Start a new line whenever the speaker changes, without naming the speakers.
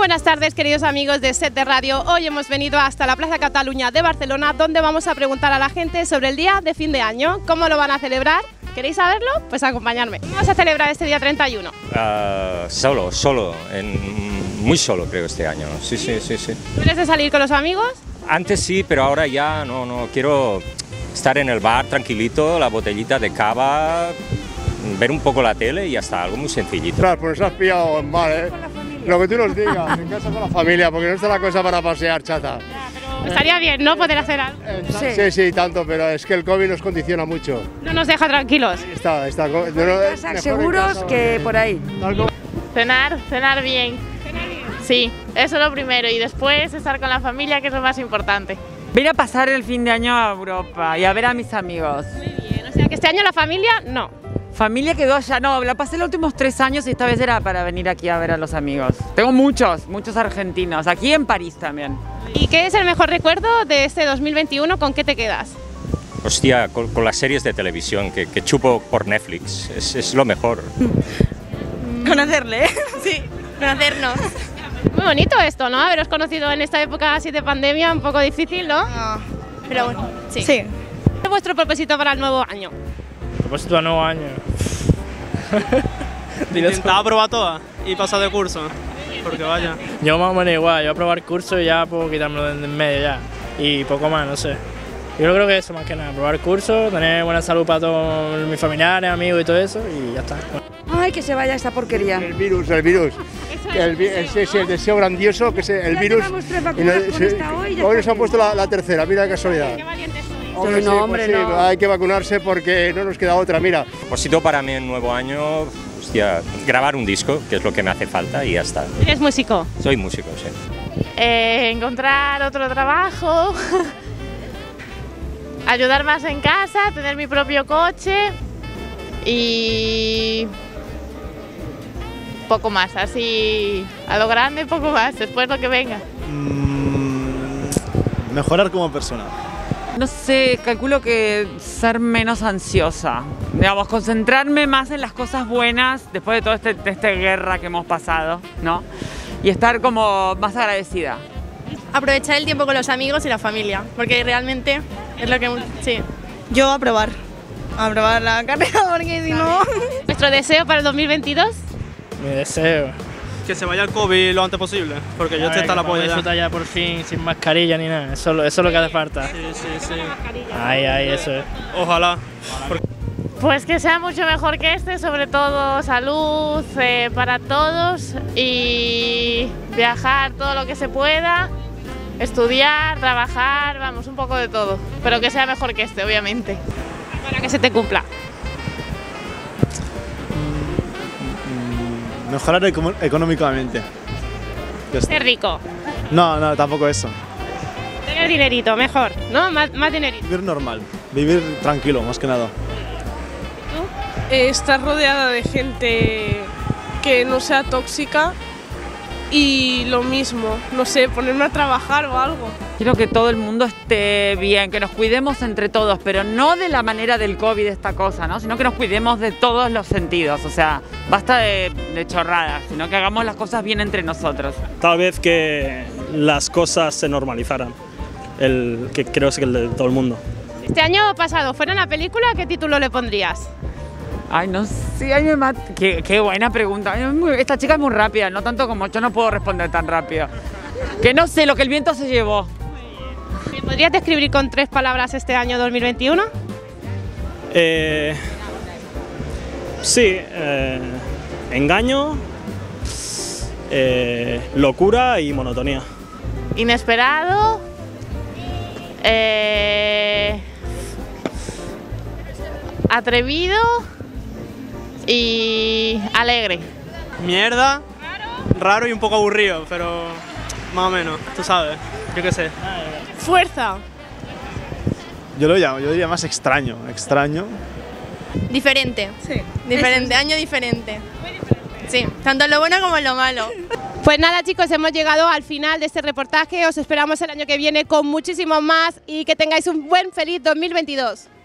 buenas tardes, queridos amigos de Set de Radio. Hoy hemos venido hasta la Plaza Cataluña de Barcelona, donde vamos a preguntar a la gente sobre el día de fin de año, cómo lo van a celebrar. ¿Queréis saberlo? Pues acompañarme. Vamos a celebrar este día 31.
Ah, solo, solo, en- muy solo creo este año. Sí, sí, sí, sí.
¿Tú eres de salir con los amigos?
Antes sí, pero ahora ya no, no. Quiero estar en el bar tranquilito, la botellita de cava, ver un poco la tele y ya está, algo muy sencillito.
Ostras, pues has pillado en mal, ¿eh? Lo que tú nos digas, en casa con la familia, porque no está la cosa para pasear, chata.
Estaría bien, ¿no? Poder hacer algo.
Sí. sí, tanto, pero es que el COVID nos condiciona mucho.
No nos deja tranquilos.
Está, está. co- no, no,
Casa,
mejor en
seguros
casa,
que
porque-
por ahí.
Tal como-
Cenar, cenar bien. Sí, eso es lo primero. Y después estar con la familia, que es lo más importante.
Voy a ir a pasar el fin de año a Europa y a ver a mis amigos.
Muy bien, o sea que este año la familia no.
Familia quedó allá, no, la pasé los últimos tres años y esta vez era para venir aquí a ver a los amigos. Tengo muchos, muchos argentinos, aquí en París también.
¿Y qué es el mejor recuerdo de este 2021? ¿Con qué te quedas?
Hostia, con, con las series de televisión que, que chupo por Netflix, es, es lo mejor.
Conocerle, sí, conocernos.
Muy bonito esto, ¿no? Haberos conocido en esta época así de pandemia, un poco difícil, ¿no?
Ah.
Pero bueno, sí.
¿Cuál es vuestro propósito para el nuevo año?
Propósito a nuevo año.
Intentaba probar todas y pasar de curso. Porque vaya.
Yo más o menos igual, yo a probar curso y ya puedo quitármelo de en medio ya. Y poco más, no sé. Yo creo que eso más que nada, probar curso, tener buena salud para todos mis familiares, amigos y todo eso y ya está.
Ay, que se vaya esta porquería.
El virus, el virus. El, vi- el- sí, sí, el deseo grandioso que es el
Ya
virus.
llevamos tres vacunas
y no-
con esta hoy, ya
hoy nos
está
han puesto la, la tercera, mira qué casualidad. pues
valientes sois.
Hombre, no, hombre, no.
Hay que vacunarse porque no nos queda otra, mira.
Propósito Pues para mí en nuevo año, hostia, grabar un disco, que es lo que me hace falta y ya está.
Eres músico.
Soy músico, sí.
Eh, encontrar otro trabajo. Ayudar más en casa, tener mi propio coche. Y. Poco más, así a lo grande, poco más. Después lo que venga.
Mejorar como persona.
No sé, calculo que ser menos ansiosa. Digamos, concentrarme más en las cosas buenas después de toda este, esta guerra que hemos pasado, ¿no? Y estar como más agradecida.
Aprovechar el tiempo con los amigos y la familia, porque realmente es lo que... Sí.
Yo a probar. A probar la carrera porque si no.
¿Vuestro deseo para el 2022?
Mi deseo.
Que se vaya el COVID lo antes posible. Porque yo
A ver,
estoy hasta la
que podamos
polla ya.
disfrutar ya por fin, sin mascarilla ni nada, eso, es lo- eso es lo que hace falta.
Sí, sí, sí.
Ay, ay, eso es.
Ojalá.
Pues que sea mucho mejor que este, sobre todo salud eh, para todos y viajar todo lo que se pueda, estudiar, trabajar, vamos, un poco de todo. Pero que sea mejor que este, obviamente.
Para que se te cumpla.
Mejorar económicamente.
Ser rico.
No, no, tampoco eso.
Tener dinerito, mejor, ¿no? Más, más dinerito.
Vivir normal, vivir tranquilo, más que nada.
Eh, estar rodeada de gente que no sea tóxica y lo mismo, no sé, ponerme a trabajar o algo.
Quiero que todo el mundo esté bien, que nos cuidemos entre todos, pero no de la manera del COVID esta cosa, ¿no? Sino que nos cuidemos de todos los sentidos, o sea, basta de, de chorradas, sino que hagamos las cosas bien entre nosotros.
tal vez que las cosas se normalizaran, el, que creo es el de todo el mundo.
Este año pasado, ¿fuera una película? ¿Qué título le pondrías?
Ay, no sé, ay, me mata. Qué, qué buena pregunta. Ay, muy- Esta chica es muy rápida, no tanto como yo no puedo responder tan rápido. Que no sé, lo que el viento se llevó.
¿Me podrías describir con tres palabras este año 2021?
Eh, sí, eh, engaño, eh, locura y monotonía.
Inesperado. eh, atrevido y alegre.
Mierda. Raro y un poco aburrido, pero más o menos, tú sabes. Yo qué sé.
Fuerza.
Yo lo llamo, yo diría más extraño, extraño.
Diferente.
Sí.
Diferente, año diferente. Sí, tanto en lo bueno como en lo malo.
Pues nada chicos, hemos llegado al final de este reportaje. Os esperamos el año que viene con muchísimo más y que tengáis un buen feliz 2022.